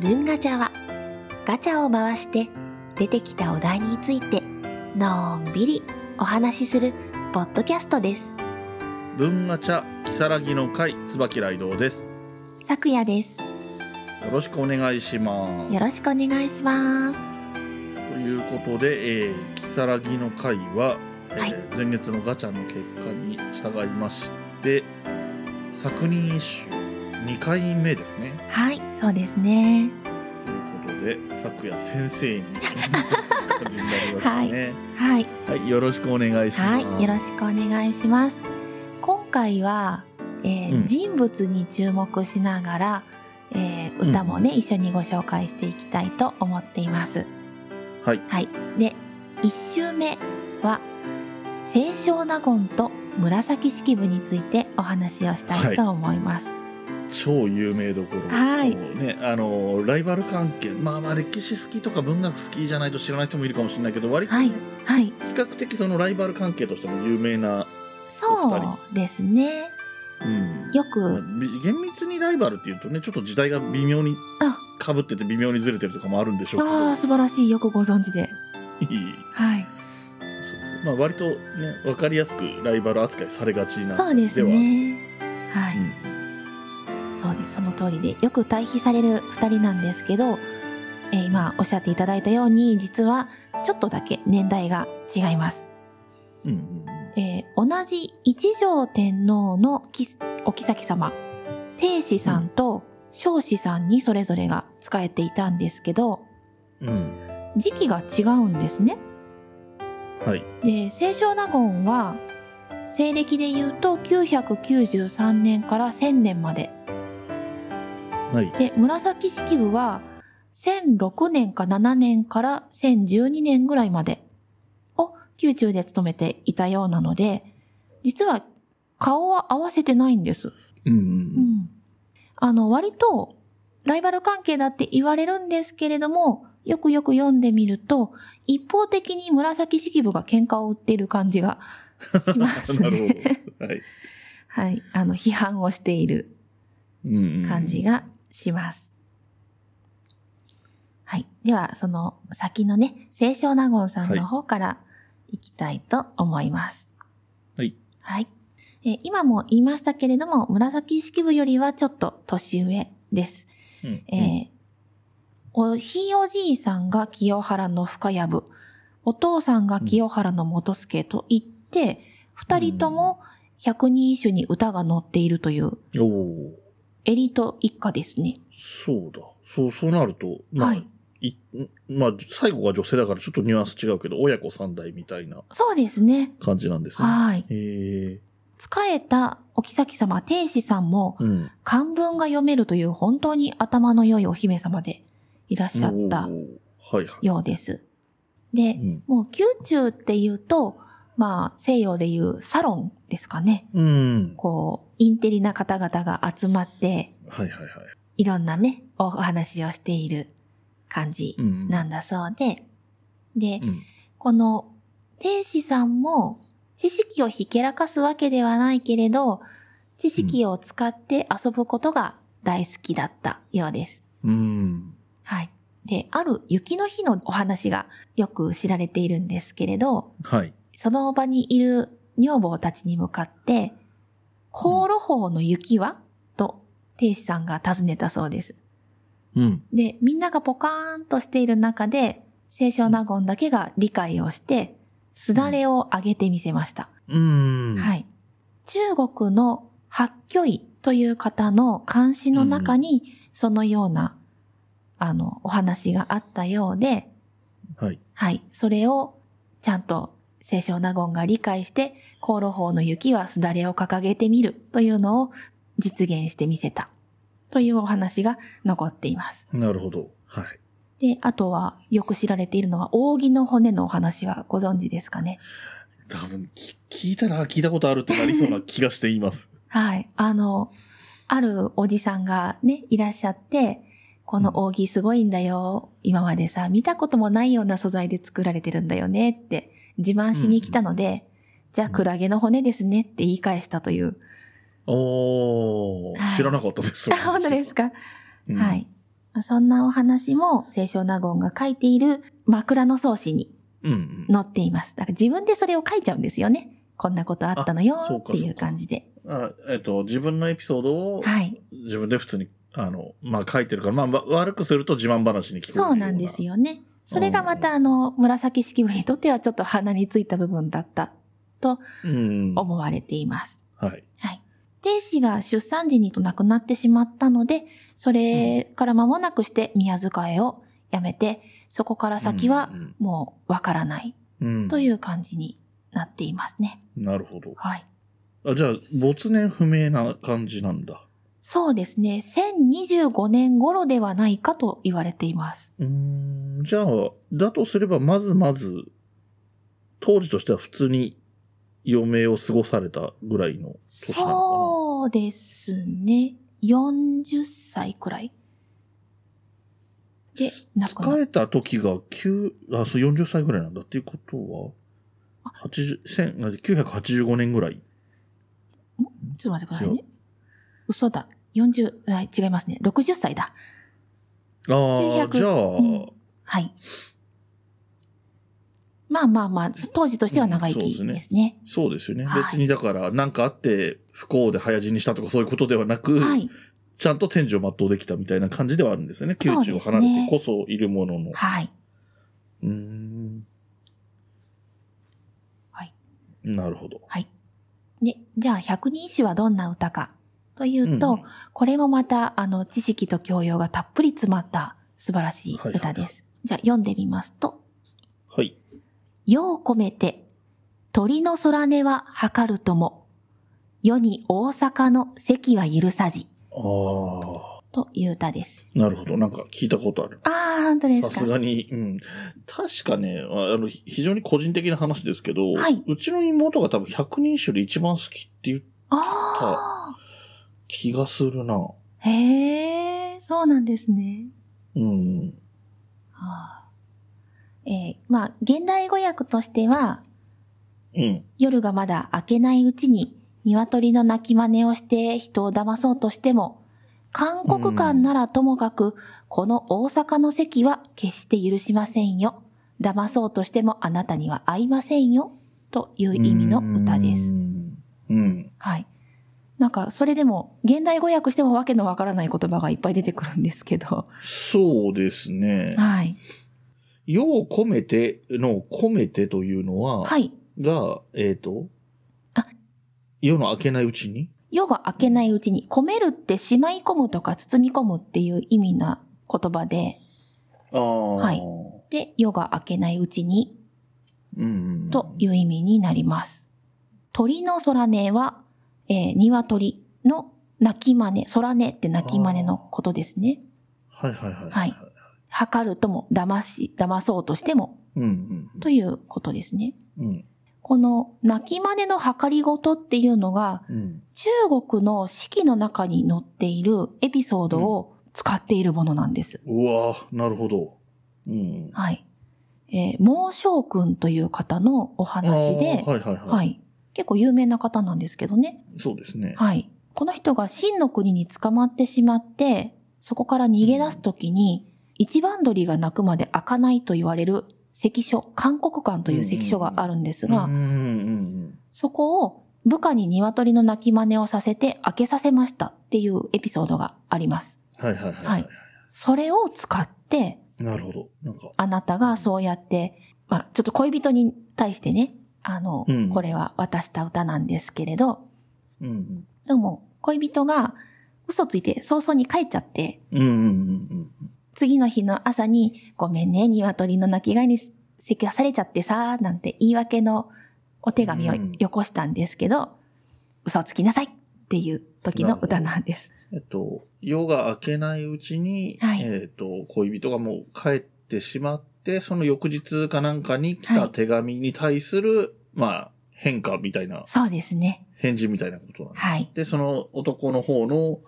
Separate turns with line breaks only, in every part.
ルンガチャはガチャを回して出てきたお題についてのんびりお話しするポッドキャストです
文ガチャ如月の会椿雷堂です
さくやです
よろしくお願いします
よろしくお願いします
ということで、えー、如月の会は、えー
はい
前月のガチャの結果に従いまして昨年一周2回目ですね
はいそうですね
ということで昨夜先生に感じになりましたね
はい
はい、よろしくお願いしま
は
す
いよろしくお願いします今回は、えー
うん
人物に注目しながら、えー歌もね、一緒にご紹介していきたいと思っています
はい
はい。で、1周目は、清少納言と紫式部についてお話をしたいと思います。
超有名どころ、
はい
しかもねあのライバル関係まあまあ歴史好きとか文学好きじゃないと知らない人もいるかもしれないけど割と、
はい。はい。
比較的そのライバル関係としても有名な、お二
そうですね。
うん
よ
まあ
く、
び厳密にライバルっていうとねちょっと時代が微妙に
あ
かぶってて微妙にずれてるとかもあるんでしょうけど
ああ、素晴らしい。よくご存知で。はい。
そうそうまあ割とね分かりやすくライバル扱いされがちな
そうです
は
ね。はい。
うん
そうです。その通りで。よく対比される二人なんですけど、えー今おっしゃっていただいたように、実はちょっとだけ年代が違います。
うんうん
えー同じ一条天皇のきお妃様、定子さんと彰子さんにそれぞれが仕えていたんですけど、
うんうん
時期が違うんですね。
はい
で、清少納言は、西暦で言うと993年から1000年まで。
はい
で、紫式部は、1006年か7年から1012年ぐらいまでを宮中で務めていたようなので、実は顔は合わせてないんです。
うんうんうん
あの、割と、ライバル関係だって言われるんですけれども、よくよく読んでみると、一方的に紫式部が喧嘩を売っている感じがします、ね
。なるほどはい
はい。あの、批判をしている
うんうん
感じがします。はい。では、その先のね、清少納言さんの方からいきたいと思います。
はい。
はい。えー今も言いましたけれども、紫式部よりはちょっと年上です。
うん
えーおひいおじいさんが清原の深谷部、お父さんが清原の元助と言って、二、人とも百人一首に歌が載っているという
うんおお
エリート一家ですね。
そうだそうそうなるとまあ、
はい。
いまあ、最後が女性だからちょっとニュアンス違うけど、親子三代みたいな
そうですね。
感じなんですね。
はい。
へえ
仕えたお妃様、天使さんも
うん。
漢文が読めるという本当に頭の良いお姫様でいらっしゃった
おーはいはい。
ようです。で、
うん。
もう宮中っていうと、まあ西洋でいうサロンですかね。
うん。
こう、インテリな方々が集まって、
はいはいはい。
いろんなね、お話をしている感じ
うん。
なんだそうで、で
う、ん。
この天使さんも知識をひけらかすわけではないけれど、知識を使って遊ぶことが大好きだったようです。
うん。
はい。で、ある雪の日のお話がよく知られているんですけれど、
はい。
その場にいる女房たちに向かって、香炉峰の雪はと、天使さんが尋ねたそうです。
うん。
で、みんながポカーンとしている中で、清少納言だけが理解をして、すだれを上げてみせました。
うん。。
はいい。中国の八居医という方の監視の中に、そのような、あの、お話があったようで、
はい。
はい。それを、ちゃんと、清少納言が理解して、航路法の雪はすだれを掲げてみるというのを実現してみせた。というお話が残っています。
なるほど。はい。
で、あとは、よく知られているのは、扇の骨のお話はご存知ですかね。
多分、き聞いたら、あ聞いたことあるってなりそうな気がしています。
はい。あの、あるおじさんがね、いらっしゃって、この扇すごいんだよ。今までさ、見たこともないような素材で作られてるんだよねって自慢しに来たので、じゃあクラゲの骨ですねって言い返したという。
おー、
はい
知らなかったで す。
あ、本当ですか、
うん
は。い。そんなお話も清少納言が書いている枕草子に
うんうん。
載っています。だから自分でそれを書いちゃうんですよね。こんなことあったのよ
あそう
っ
か
ていう感じで。
あえっ、と、自分のエピソードを
はい。
自分で普通に、あの、まあ、書いてるから、まあわ、悪くすると自慢話に聞こえるような。
そうなんです
よ。
よね。それがまたあの、紫式部にとってはちょっと鼻についた部分だった
うん。は
思われています。
い。
亭子が出産時に亡くなってしまったので、それから間もなくして宮遣いをやめて、そこから先は
うん
もうわからない
うん、うん
という感じになっていますね。
なるほど。
はい。
あじゃあ、没年不明な感じなんだ。
そうですね。1025年頃ではないかと言われています。
うーん、じゃあ、だとすれば、まずまず、当時としては普通に余命を過ごされたぐらいの年なのかな。
そうですね。40歳くらいで亡くな
使えた時が9あそう40歳ぐらいなんだっていうことは80 1000 1985年ぐらい
ちょっと待ってくださいね。嘘だ。40、あ違いますね。60歳だ。
ああ
900
じゃあ、
うんはい。まあまあまあ、当時としては長生
うん
き
そうですね
ですね。
そうですよね、
はい
別にだから何かあって不幸で早死にしたとかそういうことではなく、
はい。
ちゃんと天寿を全うできたみたいな感じではあるんですよね
そう
窮
です
地
ね
を離れてこそいるものの
はい。
うーん
はい
なるほど
で、じゃあ、百人一首はどんな歌かというと、
うん
これもまた、あの、知識と教養がたっぷり詰まった素晴らしい歌です。
はいはいは
じゃあ、読んでみますと、
はい
世を込めて、鳥の空音は測るとも、世に大阪の席は許さじ、
ああ
という歌です。
なるほどなんか聞いたことある
あー、本当です
さ
か。
すがに、うん。確かね、ああの、ひ非常に個人的な話ですけど、
はいう
ちの妹が多分100人種で一番好きっていう
あ
気がするな。
ー。へー、そうなんですね。
うん。
はあえーまあ、現代語訳としては、
うん。
夜がまだ明けないうちに、鶏の鳴き真似をして人を騙そうとしても、韓国間ならともかく、この大阪の席は決して許しませんよ。騙そうとしてもあなたには合いませんよ。という意味の歌です
う。ん。うん。
はい。なんか、それでも、現代語訳してもわけのわからない言葉がいっぱい出てくるんですけど。
そうですね。
はい。
世を込めての込めてというのは、
はい。
が、えっ、と
あ、
世の明けないうちに
夜が明けないうちに、込めるってしまい込むとか包み込むっていう意味な言葉で、
ああ。
はいで、夜が明けないうちに
うん。
という意味になります。鳥の空音は、えー、鶏の鳴き真似、空音って鳴き真似のことですね。
はいはいはい。
はい。測るとも、騙し、騙そうとしても、
うん
ということですね。
うん。うん。
この鳴き真似の測り事っていうのが、
うん。
中国の四季の中に載っているエピソードを使っているものなんです。
うわぁ、なるほど。うん。
はい。えー、猛将君という方のお話で、
あーはいはいはい。
はい。結構有名な方なんですけどね。
そうですね。
はい。この人が真の国に捕まってしまって、そこから逃げ出すときに、一番鳥が鳴くまで開かないと言われる関所、韓国館という関所があるんですが、
うんうん
そこを部下に鶏の鳴き真似をさせて開けさせましたっていうエピソードがあります。
うん。はいはいはい。
はいそれを使って、
なるほど。なんか、
あなたがそうやって、まあ、ちょっと恋人に対してね、あの、
うん
これは渡した歌なんですけれど、
うん
でも、恋人が嘘ついて早々に帰っちゃって、
うん。うんうんうん
次の日の朝に、ごめんね、鶏の鳴き声にせかされちゃってさ、なんて言い訳のお手紙を
うん
よこしたんですけど、嘘つきなさいっていう時の歌なんです。
うん。えっと、夜が明けないうちに、
はい
えっと、恋人がもう帰ってしまって、その翌日かなんかに来
は
た
い
手紙に対する、まあ、変化みたいな、
そうですね。
返事みたいなことなんで
はい。
で、その男の方の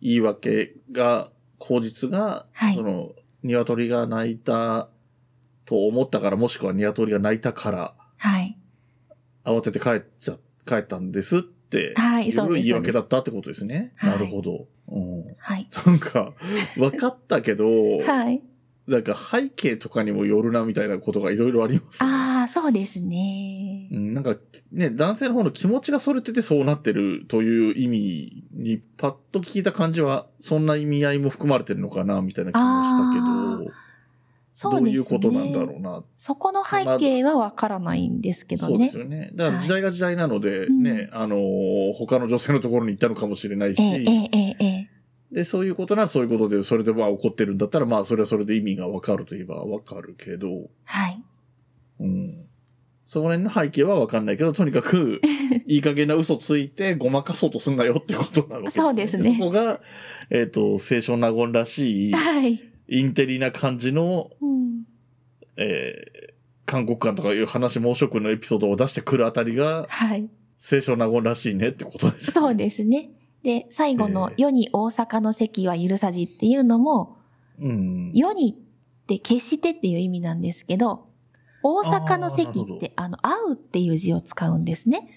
言い訳が、口実が、
はい
その、鶏が泣いたと思ったから、もしくは鶏が泣いたから、
はい。
慌てて帰っちゃ、帰ったんですっって、
はい、
い
そう
ろ
です。
言い訳だ
そうで
ったってことですね。
はい
なるほど。うん
す。はい。
なんか、分かったけど、
はい。
なんか背景とかにもよるなみたいなことがいろいろありますね、
ああ、そうですね
う。んなんかね、男性の方の気持ちがそれててそうなってるという意味に、パッと聞いた感じは、そんな意味合いも含まれてるのかな、みたいな気もしたけど、
そう
ど
ですね。
ういうことなんだろうな。
そこの背景はわからないんですけど
そうで
ね。
すよね。だから時代が時代なので、
い
ね、あのー他の女性のところに行ったのかもしれないし、
ええ、ええ、ええ。
で、そういうことならそういうことで、それでまあ怒ってるんだったら、まあそれはそれで意味がわかるといえばわかるけど、
はい。
うん。その辺の背景はわかんないけど、とにか く、いい加減な嘘ついてごまかそうとすんなよってことなの
そうですね
そこが、えっ、と、清少納言らし い、
はい。
インテリな感じの、
うん。
えー、韓国館とかいう話猛暑君のエピソードを出してくるあたりが、
はい。
清少納言らしいねってことです、
そうですね。で、最後の
ええ
世に大阪の席は許さじっていうのも、
うん。
世にって決してっていう意味なんですけど、大阪の席
あーなるほ
っ
ど
て、あの、会うっていう字を使うんですね。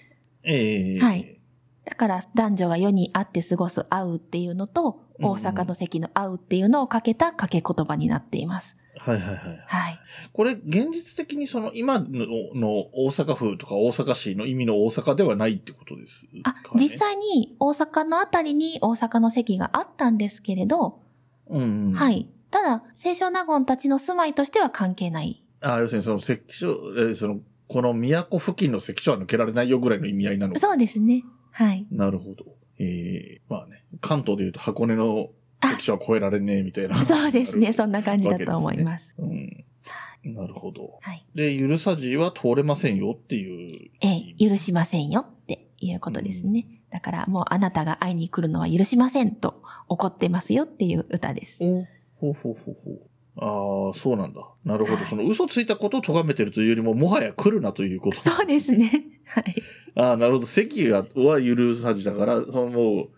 ええ
はい。だから男女が世に会って過ごす会うっていうのと、
うんうん
大阪の席の会うっていうのをかけた掛け言葉になっています。
はいはいはい。
はい。
これ、現実的にその今のの大阪府とか大阪市の意味の大阪ではないってことですか
あ
ね、
実際に大阪のあたりに大阪の席があったんですけれど、
うん、うん。
は。い。ただ、清少納言たちの住まいとしては関係ない。
あ要するにその関所、えーその、この都付近の関所は抜けられないよぐらいの意味合いなのか。
そうですね。はい。
なるほど。ええまあね、関東でいうと箱根の関所は越えられねえみたいな。
そうですね。
なる
そんな感じだと思います。
ほどうん。なるほど。
はい。
で、ゆるさじは通れませんよっていう。
ええ、許しませんよっていうことですね。だからもうあなたが会いに来るのは許しませんと怒ってますよっていう歌です。
おほうほうほうほう。ああ、そうなんだ。なるほど。その嘘ついたことを咎めてるというよりも、もはや来るなということ。
そうですね。はい。
ああ、なるほど。席が、は許さじだから、そのもう、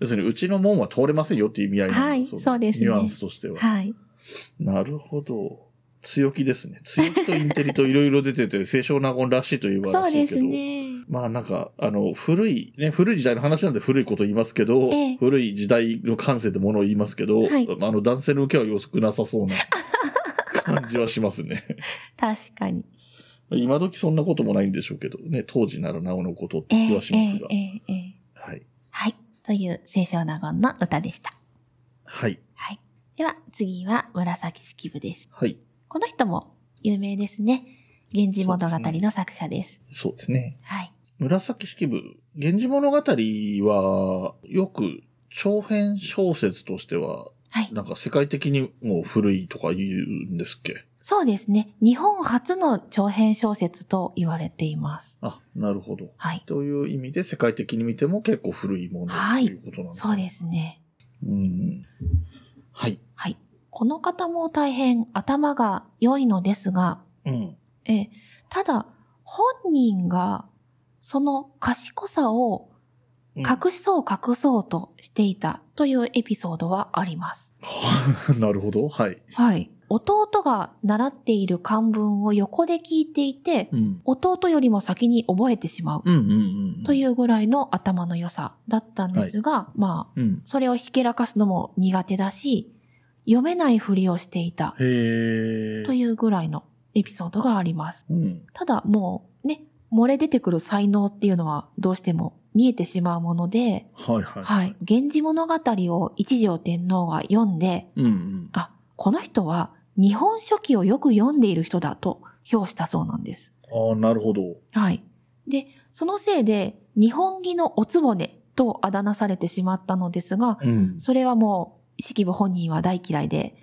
要するに、うちの門は通れませんよっていう意味合いなんだ
はい
の
そうですね
ニュアンスとしては。
はい。
なるほど。強気ですね。強気とインテリといろいろ出てて、清少納言らしいと言わ
そ
ら
う
しい
で
け
す
ど。
ね。
まあなんか、あの、古い、ね、古い時代の話なんで古いこと言いますけど、
ええ
古い時代の感性でものを言いますけど、
はい
あの、男性の受けは予測なさそう な感じはしますね。
確かに。
今時そんなこともないんでしょうけど、ね、当時ならなおのことって
ええ
気はしますが。
ええええ
はい。
はい。という清少納言の歌でした。
はい。
はい。では次は紫式部です。
はい。
この人も有名ですね。源氏物語の作者です。
そうですね。
はい。
紫式部、源氏物語は、よく長編小説としては、
はい。
なんか世界的にもう古いとか言うんですっけ
そうですね。日本初の長編小説と言われています。
あ、なるほど。
はい。
という意味で世界的に見ても結構古いもの
はい
ということなんだ、。
そうですすね。
うん。はい。
はい。この方も大変頭が良いのですが、
うん。
ええただ、本人が、その賢さを
うん
隠しそう隠そうとしていたというエピソードはあります。
は なるほど。はい。
はい。弟が習っている漢文を横で聞いていて、
うん。
弟よりも先に覚えてしまう
うんうんうん。。
といううぐらいの頭の良さだったんですが、まあ、
うん。
それをひけらかすのも苦手だし、読めないふりをしていた
へえ。
というぐらいのエピソードがあります。
うん。
ただもうね、漏れ出てくる才能っていうのはどうしても見えてしまうもので、
はいはい。
はい。源氏物語を一条天皇が読んで、
うんうん。
あ、この人は日本書紀をよく読んでいる人だと評したそうなんです。
ああ、なるほど。
はい。で、そのせいで、日本着のおつぼねとあだ名されてしまったのですが、
うん。
それはもう、式部本人は大嫌いで
へ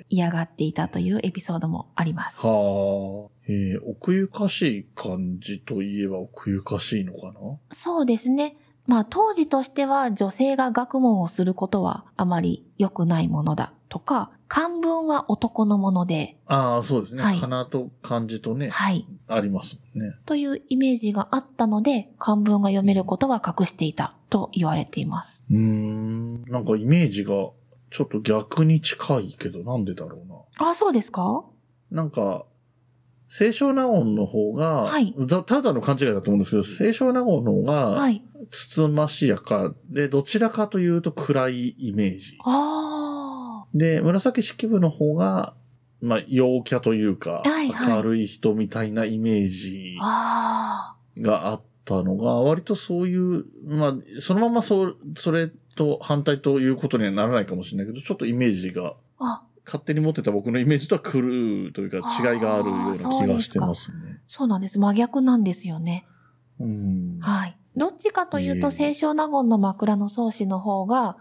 え。
嫌がっていたというエピソードもあります。
はあ。ええ、奥ゆかしい感じといえば奥ゆかしいのかな
そうですね。まあ当時としては女性が学問をすることはあまり良くないものだとか、漢文は男のもので、
ああ、そうですね。
はい
かなと漢字とね、
はい、
ありますもんね。
というイメージがあったので、漢文が読めることは隠していたと言われています。
うーん、なんかイメージがちょっと逆に近いけど、なんでだろう
あ、そうですか
な。なんか、清少納言の方が、
はい
だただの勘違いだと思うんですけど、清少納言の方
は
が、
い。
つつましやか、で、どちらかというと暗いイメージ。
あ
で、紫式部の方が、まあ、陽キャというか、
はいはい
明るい人みたいなイメージ
あ。あ
があったのが、割とそういう、まあ、そのままそう、それと反対ということにはならないかもしれないけど、ちょっとイメージが、
あ。あ、
勝手に持ってた僕のイメージとは狂うというか
あー
違いがあるような気がしてますね。
そうなんです。真逆なんですよね。
うん。
はい。どっちかというと、
ええ
清少納言の枕草子の方が、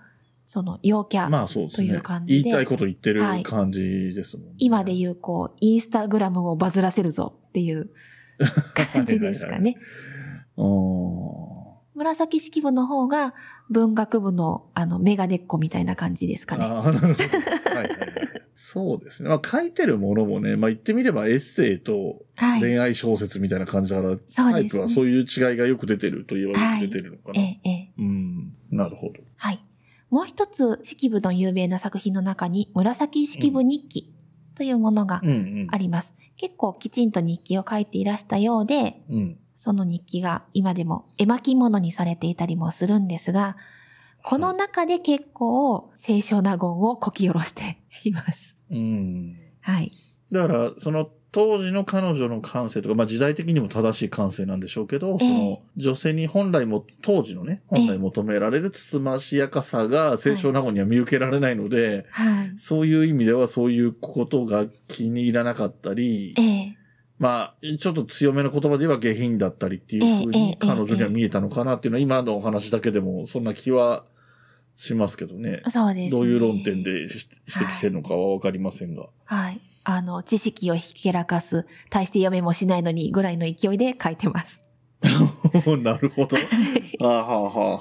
その、陽キャ。
まあそうです
という
ね
感。じで
言いたいこと言ってる
はい
感じですもんね。
今で言う、こう、インスタグラムをバズらせるぞって いう感じですか
はいは
ね。
あー
紫式部の方が、文学部の、あの、メガネっ子みたいな感じですかね。
ああ、なるほど。はいはいはい。そうですね。まあ書いてるものもね、まあ言ってみればエッセイと
はい。
恋愛小説みたいな感じだから、
そう
タイ
です
プ
ね。
はそういう違いがよく出てると言わ
はい
れて出てるのかな。
ええ、ええ。
うん。なるほど。
はい。もう一つ、式部の有名な作品の中に、紫式部日記というものが
うんうん。
あります。結構きちんと日記を書いていらしたようで、
うん。
その日記が今でも絵巻物にされていたりもするんですが、この中で結構清少納言をこき下ろしています。
うん。
はい。
だから、その当時の彼女の感性とか、まあ時代的にも正しい感性なんでしょうけど、
え
そ
え
の女性に本来も、当時のね、本来求められるつつましやかさが清少納言には見受けられないので、
はい。
そういう意味ではそういうことが気に入らなかったり
え、え
まあ、ちょっと強めの言葉で言えば下品だったりっていうふう
ええええ
に彼女には見えたのかなっていうのは今のお話だけでもそんな気はしますけどね。
そうです、ね。
どういう論点でし指摘してるのかはわかりませんが。
はい。あの、知識をひけらかす、大して読めもしないのにぐらいの勢いで書いてます。
なる ほど。あーはあは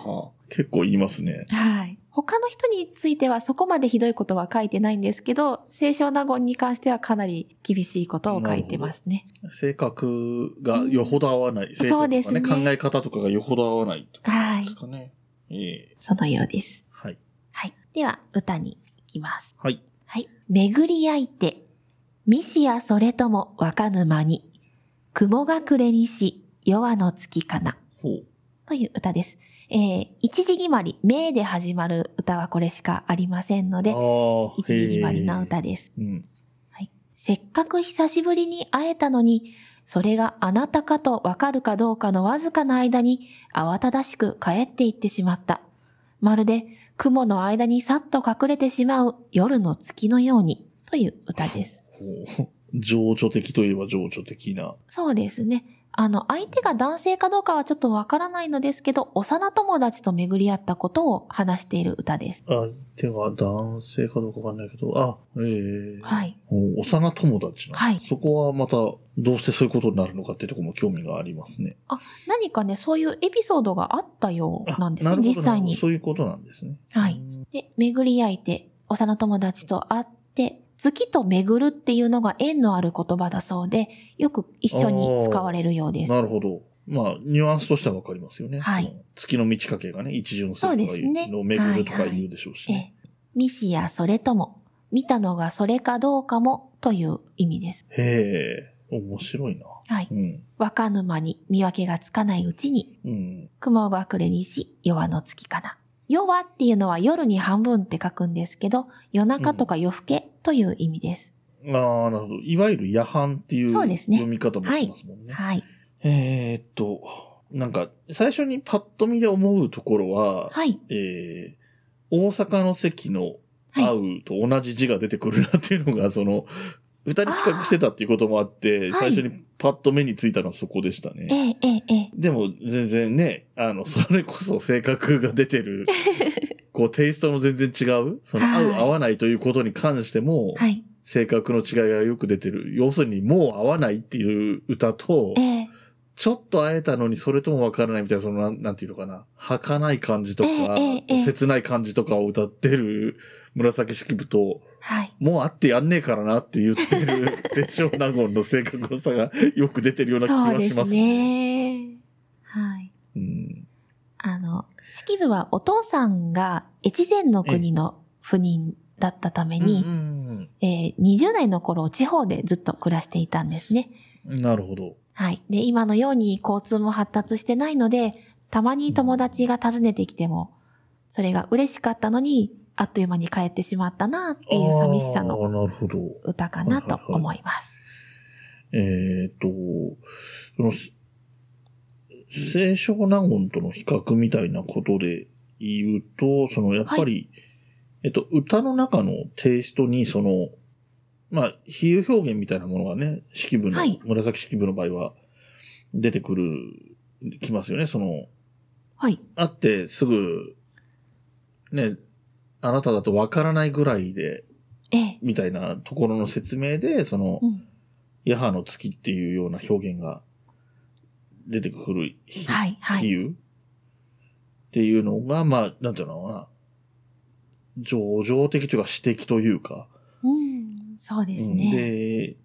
あはあ。結構言いますね。
はい。他の人についてはそこまでひどいことは書いてないんですけど、清少納言に関してはかなり厳しいことを書いてますね。
性格がよほど合わない。性
そう
格
で
と
す
か
ね
ね、考え方とかがよほど合わないとか
はい
で。すかね。ええ
そのようです。
はい。
はい。では、歌に行きます。
はい。
はい。巡り合いて、ミシやそれとも若沼に、雲隠れにし、夜の月かな。
ほう。
という歌です。えー、一時決まり、名で始まる歌はこれしかありませんので、
あ
一時決まりな歌です。
ー。へえうん。
せっかく久しぶりに会えたのに、それがあなたかとわかるかどうかのわずかな間に慌ただしく帰っていってしまった。まるで雲の間にさっと隠れてしまう夜の月のようにという歌です。
ほう情緒的といえば情緒的な。
そうですね。あの、相手が男性かどうかはちょっとわからないのですけど、幼友達と巡り合ったことを話している歌です。
相手が男性かどうかわかんないけど、あ、ええ
はい。
お幼友達の、
はい
そこはまた、どうしてそういうことになるのかっていうところも興味がありますね。
何かね、そういうエピソードがあったよう
あ
なんですね
る、ほど
実際
なるほど
に。
そういうことなんですね。
はい
うん。
で、巡り合いて、幼友達と会って、月と巡るっていうのが縁のある言葉だそうで、よく一緒に使われるようです。
なるほど。まあ、ニュアンスとしてはわかりますよね。
はい
その月の満ち欠けがね、一巡するとか
そうです
い
ね
うのを巡ると
は
か
いはい
言うでしょうし
え
ね
え。見しやそれとも、見たのがそれかどうかもという意味です。
へえ、面白いな。
はい。
うん。
若沼に見分けがつかないうちに、
うん。
雲が暮れにし、夜の月かな。夜はっていうのは夜に半分って書くんですけど、夜中とか夜更けという意味です。
ああ、なるほど。いわゆる夜半っていう
そうですね
読み方もしますもんね。
はい。
えーっと、なんか、最初にパッと見で思うところは、
はい。
えー、大阪の席の
は
会
い。
うと同じ字が出てくるなっていうのが、その、二人比較してたっていうこともあって、
あーはい
最初にパッと目についたのはそこでしたね。
ええ、ええ、ええ。
でも、全然ね、あの、それこそ性格が出て る、こう、テイストの全然違う、その、
は
合、
いう
合わないということに関しても、
はい。
性格の違いがよく出てる。要するに、もう合わないっていう歌と、
ええ。
ちょっと会えたのにそれともわからないみたいな、そのなん、なんていうのかな。儚い感じとか、
ええええ
切ない感じとかを歌ってる紫式部と、
はい。
もう会ってやんねえからなって言ってる清少納言の性格の差がよく出てるような気
そう
が
で
し
す
ますね。
ね。はい。
うん
あの、式部はお父さんが越前の国の赴任だったために、
うんうん
えー20代の頃地方でずっと暮らしていたんですね。
なるほど。
はい。で、今のように交通も発達してないので、たまに友達が訪ねてきても、それが嬉しかったのに、あっという間に帰ってしまったなっていう寂しさの
ああ、なるほど。
歌かなと
はいはいはい
思います。
えーっと、その、清少納言との比較みたいなことで言うと、その、やっぱり、えっと、歌の中のテイストに、その、まあ、比喩表現みたいなものがね、式部の、
はい
紫式部の場合は、出てくる、きますよね。その、
はい。
会ってすぐ、ね、あなただとわからないぐらいで、
ええ。
みたいなところの説明で、その、
うん。
ヤハの月っていうような表現が出てくる比比
はい、はい。
喩っていうのが、まあ、なんていうのかな。情状的というか指摘というか。
うん。そうです
うん
ね。
で、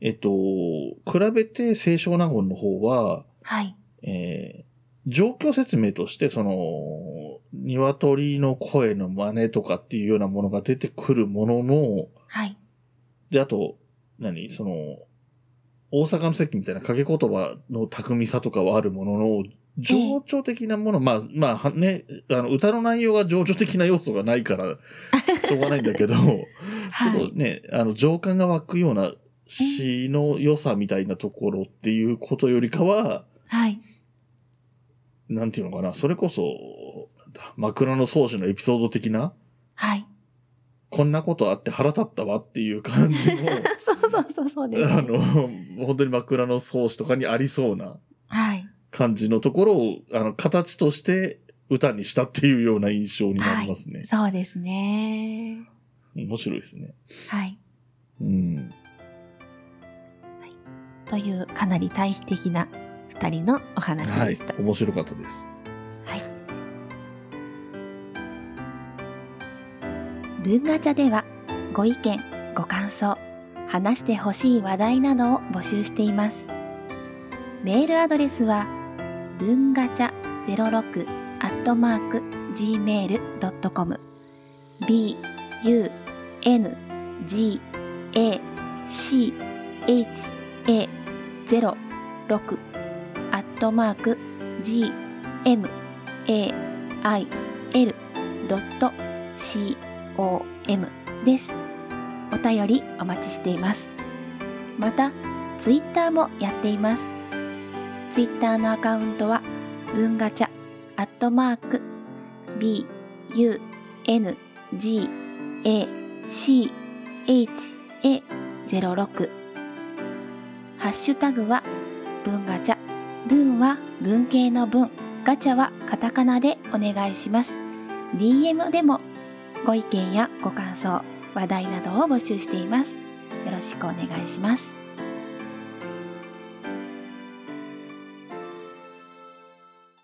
えっと、比べて清少納言の方は、
はい。
えー状況説明として、その、鶏の声の真似とかっていうようなものが出てくるものの、
はい。
で、あと、何その、大阪の席みたいな掛け言葉の巧みさとかはあるものの、情緒的なもの、まあ、まあは、ね、あの、歌の内容が情緒的な要素がないから、しょうがないんだけど、
は
ちょっと
い。
ね、あの、情感が湧くような詩の良さみたいなところっていうことよりかは、
はい。
なんていうのかな、それこそ、なんだ枕草子のエピソード的な、
はい。
こんなことあって腹立ったわっていう感じの、
そうそうそうそうです
あ
ね。
の、本当に枕の草子とかにありそうな
はい。
感じのところを、あの、形として歌にしたっていうような印象になりますね。
そうですね。
面白いですね。
はい。
うん。
という、かなり対比的な二人のお話
は
で
い
した。。
面白かったです。
はい。文ガチャでは、ご意見、ご感想、話してほしい話題などを募集しています。メールアドレスは、文ガチャ06アットマーク gmail.com b u n g a c h a 06アットマーク g mail.com です。お便りお待ちしています。また、ツイッターもやっています。ツイッターのアカウントは、文ガチャ、アットマーク、b, u, n, g, a, c, h, a, 06。ハッシュタグは、文ガチャ、文は文系の文、ガチャはカタカナでお願いします。DM でもご意見やご感想、話題などを募集しています。よろしくお願いします。